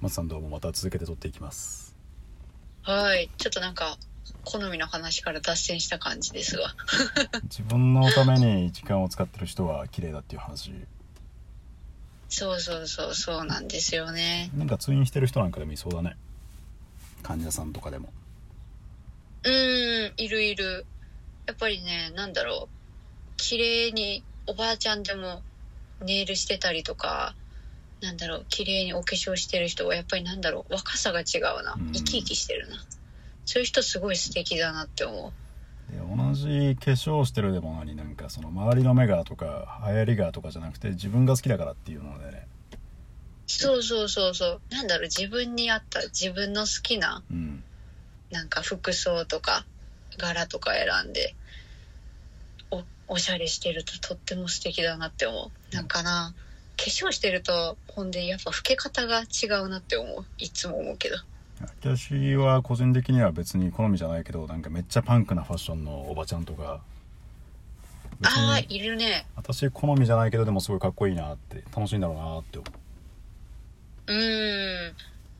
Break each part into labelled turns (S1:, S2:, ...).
S1: 松さんどうもまた続けて撮っていきます
S2: はいちょっとなんか好みの話から脱線した感じですが
S1: 自分のために時間を使ってる人は綺麗だっていう話
S2: そうそうそうそうなんですよね
S1: なんか通院してる人なんかでもいそうだね患者さんとかでも
S2: うーんいるいるやっぱりねなんだろう綺麗におばあちゃんでもネイルしてたりとかなんだろう綺麗にお化粧してる人はやっぱりなんだろう若さが違うな
S1: うん
S2: 生き生きしてるなそういう人すごい素敵だなって思う
S1: で同じ化粧してるでもなになんかその周りの目がとか流行りがとかじゃなくて自分が好きだからっていうのでね
S2: そうそうそうそうなんだろう自分に合った自分の好きな
S1: うん
S2: なんか服装とか柄とか選んでおおしゃれしてるととっても素敵だなって思うなんかな化粧してるとほんでやっぱ老け方が違うなって思ういつも思うけど
S1: 私は個人的には別に好みじゃないけどなんかめっちゃパンクなファッションのおばちゃんとか別
S2: ああ
S1: に
S2: いるね
S1: 私好みじゃないけどでもすごいかっこいいなって楽しいんだろうなって思う
S2: うーん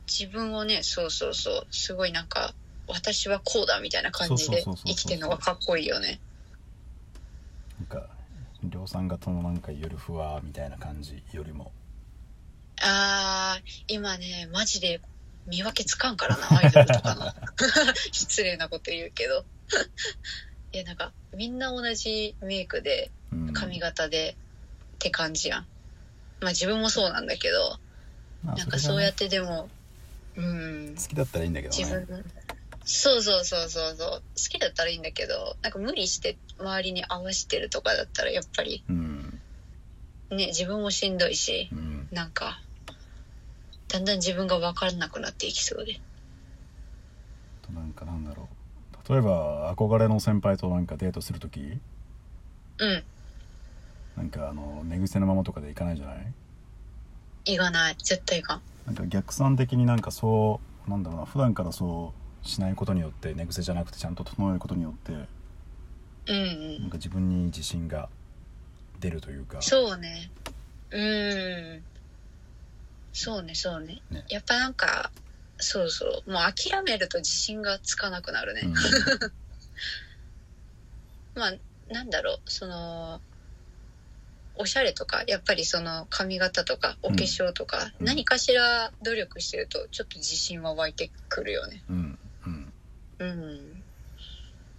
S2: 自分をねそうそうそうすごいなんか私はこうだみたいな感じで
S1: そうそうそうそうそう
S2: 生きてるのがかっこいいよね
S1: なんか量産型のなんかゆるふわみたいな感じよりも
S2: あー今ねマジで見分けつかんからなアイドルとかの 失礼なこと言うけど いやなんかみんな同じメイクで
S1: うん
S2: 髪型でって感じやんまあ自分もそうなんだけど
S1: まあ
S2: なん
S1: そ
S2: か
S1: れ
S2: そ
S1: が
S2: うや
S1: ね
S2: ってでもうん
S1: 好きだったらいいんだけど
S2: 自
S1: ね
S2: 分のそうそうそうそうそう好きだったらいいんだけどなんか無理して周りに合わせてるとかだったらやっぱり
S1: うん
S2: ね自分もしんどいし
S1: うん
S2: なんかだんだん自分が分からなくなっていきそうで
S1: となんかなんだろう例えば憧れの先輩となんかデートする時
S2: うん
S1: なんかあの寝癖のままとかで行かないじゃない
S2: いかない絶対いかん
S1: なんか逆算的になんかそうなんだろうな普段からそうしないことによって寝癖じゃなくてちゃんと整えることによって
S2: うんう
S1: なん
S2: ん
S1: か自分に自信が出るというか
S2: そうねうんそうねそうね
S1: ね
S2: やっぱなんかそうそうもう諦めると自信がつかなくなるね、
S1: うん
S2: まあなんだろうそのおしゃれとかやっぱりその髪型とかお化粧とか、
S1: うん
S2: 何かしら努力してるとちょっと自信は湧いてくるよね
S1: うん うん
S2: うん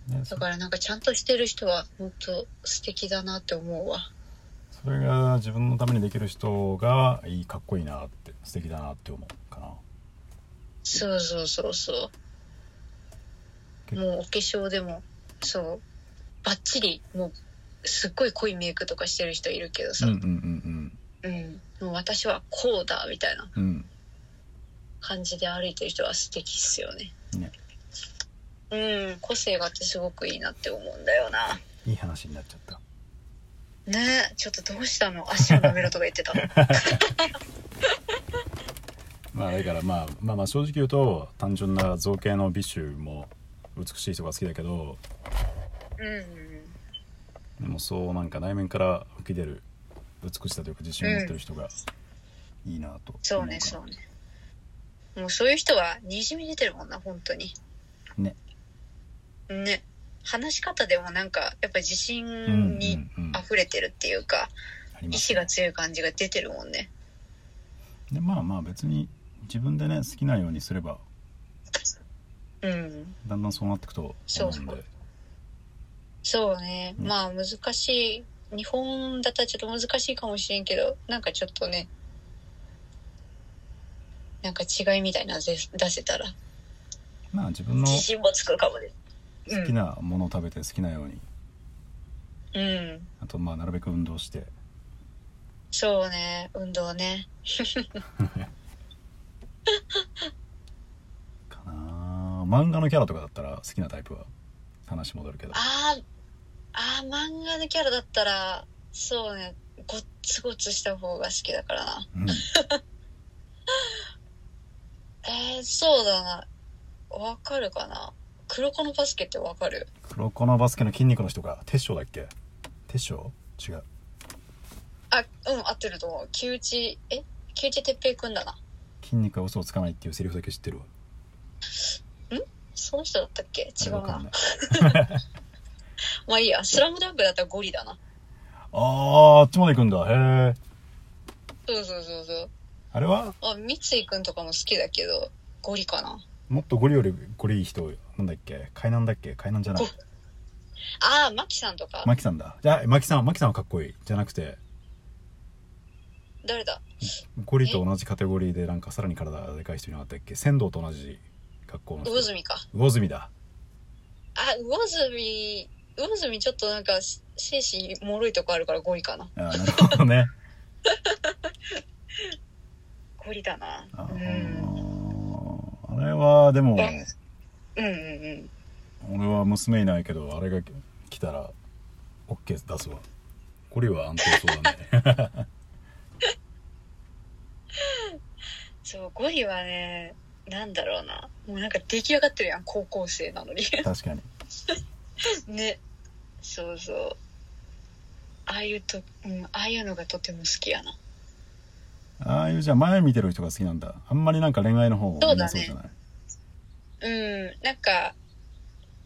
S1: ねそ
S2: だからなんかちゃんとしてる人は本当素敵だなって思うわ
S1: それが自分のためにできる人がいいかっこいいなって素敵だなって思うかな
S2: そうそうそうそうもうお化粧でもそうバッチリもうすっごい濃いメイクとかしてる人いるけどさ、
S1: う
S2: う
S1: う
S2: ん
S1: んんうん
S2: もう私はこうだみたいな
S1: うん
S2: 感じで歩いてる人は素敵っすよね
S1: うんね
S2: うん個性があってすごくいいなって思うんだよない
S1: い話になっちゃった
S2: ねえちょっとどうしたの足を舐めろとか 言ってた
S1: まあだからまあまあまあ正直言うと単純な造形の美醜も美しい人が好きだけど
S2: うん
S1: でもそうなんか内面から浮き出る美しさというか自信を持ってる人がいいなと、
S2: そうねそうねもうそういう人はにじみ出てるもんな本当に
S1: ね
S2: ね話し方でもなんかやっぱ自
S1: うんうん
S2: 信に
S1: うん
S2: 溢れてるっていうか、
S1: ありま
S2: 意
S1: す
S2: 志が強い感じが出てるもんね
S1: でまあまあ別に自分でね好きなようにすれば
S2: うん
S1: だんだんそうなっていくと思うんで
S2: そうそうそうね、
S1: うん
S2: まあ難しい日本だったらちょっと難しいかもしれんけどなんかちょっとねなんか違いみたいなの出出せたら
S1: まあ自分の
S2: 自
S1: 好
S2: 信もつくかもねうん
S1: きなものを食べて好きなように
S2: うん
S1: あとまあなるべく運動して
S2: そうね運動ね
S1: かな漫画のキャラとかだったら好きなタイプは話戻るけど
S2: あーあー漫画のキャラだったらそうねごっつごつした方が好きだからな
S1: うん
S2: えー、そうだなわかるかな黒子のバスケってわかる
S1: 黒子のバスケの筋肉の人か鉄匠だっけ鉄匠違う
S2: あうん合ってると思う木内え木内哲平くんだな
S1: 木筋肉は嘘をつかないっていうセリフだけ知ってるわ
S2: その人だったっけ
S1: あれ
S2: 違う
S1: わ
S2: な
S1: かんない
S2: まあいいや「スラムダンクだったらゴリだな
S1: あーあっちまで行くんだへえ
S2: そうそうそうそう
S1: あれは
S2: あ三井君とかも好きだけどゴリかな
S1: もっとゴリよりゴリいい人なんだっけ海南だっけ海南じゃない
S2: こああマキさんとか、
S1: マキさんだじゃあマキさんマキさんはかっこいいじゃなくて
S2: 誰だ
S1: ゴリと同じカテゴリーでなんかさらに体がでかい人いなかったっけ仙道と同じ格好の人
S2: 魚住か
S1: 魚住だ
S2: あ魚住魚住ちょっとなんかし精神脆いとこあるからゴリかな
S1: あーなるほどね
S2: ゴリだな
S1: あ
S2: う
S1: ー
S2: ん
S1: あれはでも
S2: うんうんうん
S1: 俺は娘いないけどあれが来たら OK 出すわゴリは安定そう だね
S2: そうゴリはねなんだろうなもうなんか出来上がってるやん高校生なのに
S1: 確かに
S2: ねそうそうああいうと、うん、ああいうのがとても好きやな
S1: ああいうじゃあ前見てる人が好きなんだあんまりなんか恋愛の方を
S2: そうだ
S1: 見なそ
S2: ね
S1: うじゃない
S2: うんなんか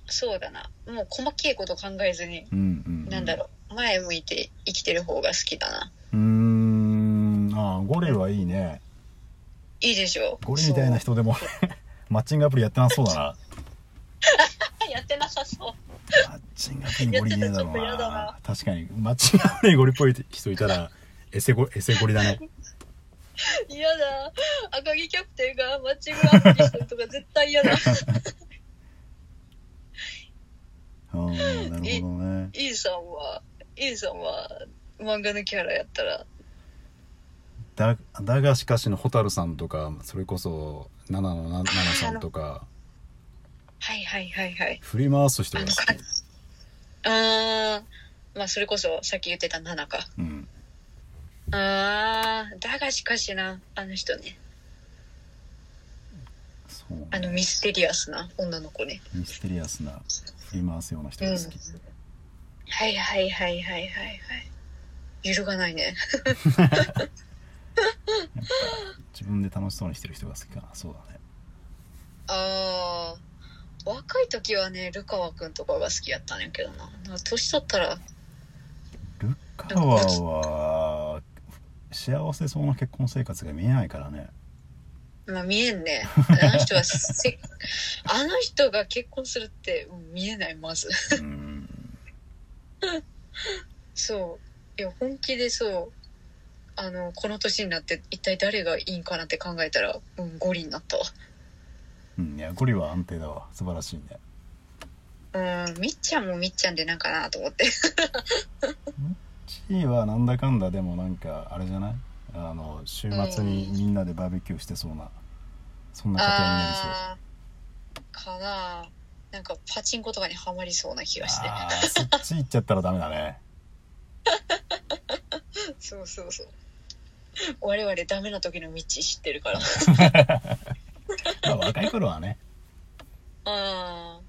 S2: そうだなもう細けいこと考えずに、
S1: うんうんうん
S2: なんだろう前向いて生きてる方が好きだな
S1: うーんああゴリはいいね
S2: いいでしょ
S1: ゴリみたいな人でも マッチングアプリやってなそうだな
S2: そうやってなさそう
S1: マッチングアプリにゴリねえだろう
S2: や
S1: な
S2: ってたらちょっと嫌だな
S1: 確かにマッチングアプリにゴリっぽい人いたらエセゴエセゴリだね
S2: 嫌だ赤木キャプテンがマッチングアプリしてるとか絶対嫌だい
S1: ああなるほどね
S2: いさんは E さんは漫画のキャラやったら
S1: だだがしかしの蛍さんとかそれこそナナのナナさんとか
S2: はいはいはいはい
S1: 振り回す人
S2: あ
S1: が
S2: の
S1: 好き
S2: かあーまあそれこそさっき言ってたナナか
S1: うん
S2: あーだがしかしなあの人ね
S1: そう
S2: あのミステリアスな女の子ね
S1: ミステリアスな振り回すような人が好き、
S2: はいはいはいはいはいはい揺るがないね
S1: 自分で楽しそうにしてる人が好きかなそうだね
S2: ああ若い時はねルカワくんとかが好きやったんやけどななんか年取ったら
S1: ルカワは幸せそうな結婚生活が見えないからね
S2: まあ見えんね。あの人はせ、あの人が結婚するってうん見えない、まず。
S1: うん
S2: そう。いや、本気でそう。あの、この年になって一体誰がいいんかなって考えたら、うん、ゴリになった
S1: うんいやゴリは安定だわ素晴らしいね
S2: わ。うん、みっちゃんもみっちゃんでなんかなと思って。
S1: 地位はなんだかんだでもなんかあれじゃないあの週末にみんなでバーベキューしてそうなそんな家庭になりそう
S2: あー、かなあなんかパチンコとかにはまりそうな気がして。
S1: あーそっち行っちゃったらダメだね
S2: そうそうそう。我々ダメな時の道知ってるから。
S1: まあ若い頃はね
S2: あ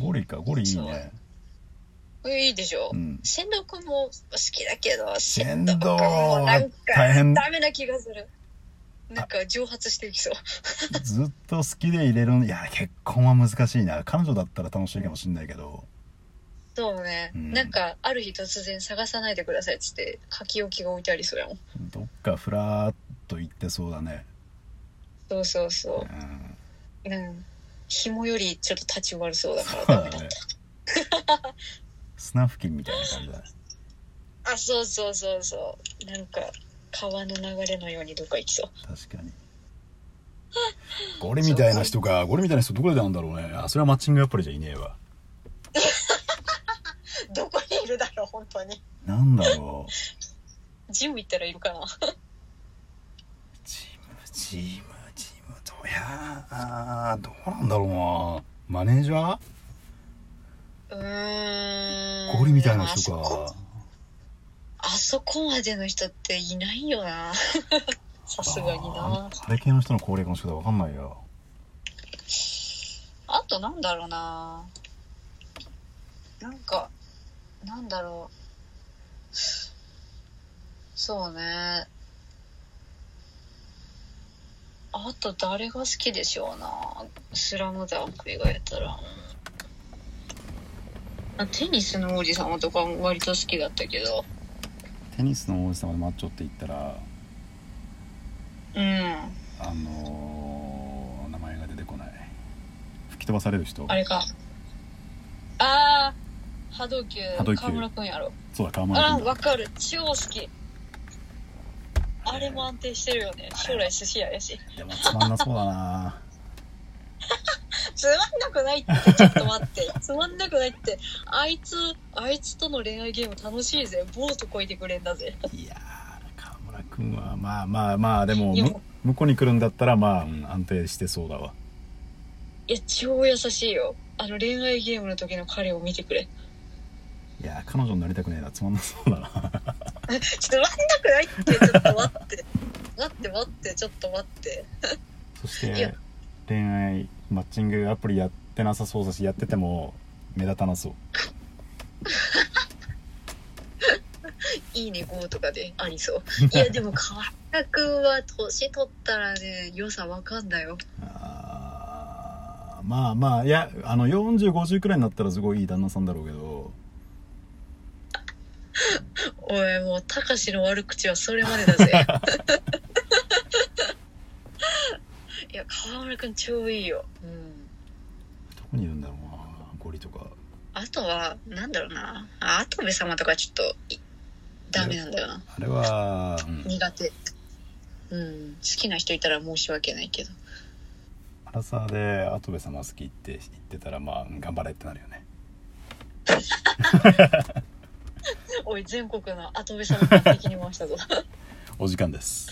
S1: ゴリかゴリいい
S2: そう
S1: ね
S2: あ、いいでしょ
S1: うん
S2: 仙道くんも好きだけど、
S1: 仙
S2: 仙
S1: 道
S2: 道くんもなんか
S1: 大変
S2: ダメな気がする。なんか蒸発していきそう。
S1: ずっと好きで入れるんいや結婚は難しいな彼女だったら楽しいかもしんないけど
S2: そうね。
S1: うん
S2: なんかある日突然探さないでくださいっつって書き置きが置いてありそうやもん。
S1: どっかふらーっと行ってそうだね
S2: そうそうそ
S1: うん
S2: う。うん。紐よりちょっと立ち悪そうだか
S1: そ
S2: ら
S1: う
S2: ダ メ
S1: だ
S2: だ
S1: ね砂付近みたいな感じだね
S2: あ、そうそうそうそう。なんか川の流れのようにどっか行きそう。
S1: 確かに ゴリみたいな人かゴリみたいな人どこでなんだろうねあそれはマッチングアプリじゃいねえわ
S2: どこにいるだろう、本当に。
S1: なんだろう
S2: ジム行ったらいるかな。
S1: チームチームチームどうやあーどうなんだろうなマネージャ
S2: うーん。
S1: ーゴリみたいな人
S2: あそこ
S1: か
S2: あそこまでの人っていないよな。 さすがに
S1: あ
S2: な。
S1: ーあれ系の人の高齢化の仕方わかんないよ
S2: あとなんだろうな。なんか、なんだろう。そうね。あと誰が好きでしょうなスラムダンク以外やったらあテニスの王子様とかも割と好きだったけど
S1: テニスの王子様でマッチョって言ったら
S2: うん
S1: あのー名前が出てこない吹き飛ばされる人
S2: あれかあー波動球
S1: 波動球
S2: 川村くんやろ
S1: そうだ川村
S2: あ
S1: 君だ
S2: わかる超好きあれも安定してるよね将来寿司屋やし
S1: でもつまんなそうだな
S2: つまんなくないってちょっと待って つまんなくないってあいつあいつとの恋愛ゲーム楽しいぜボートこいてくれんだぜ
S1: いやー川村君はまあまあまあでも
S2: いや
S1: む向こうに来るんだったらまあ、うん安定してそうだわ
S2: いや超優しいよあの恋愛ゲームの時の彼を見てくれ
S1: いやー彼女になりたくねえなつまんなそうだな
S2: つまんなくないってちょっと待って待って待ってちょっと待って
S1: そし
S2: いや
S1: て恋愛マッチングアプリやってなさそうだしやってても目立たなそう
S2: いいね5とかであり そういやでも川原君は年取ったらね良さわかんだよ
S1: あーまあまあいやあの4050くらいになったらすごいいい旦那さんだろうけど
S2: おいもうたかしの悪口はそれまでだ ぜいや川村君超いいようん
S1: どこにいるんだろうなゴリとか
S2: あとはなんだろうなあ跡部様とかちょっといダメなんだよな
S1: あれは、うん
S2: 苦手うん好きな人いたら申し訳ない けど
S1: アラサーで「跡部様好き」って言ってたらまあうん頑張れってなるよね
S2: おい全国の跡部様から敵に回したぞ
S1: お時間です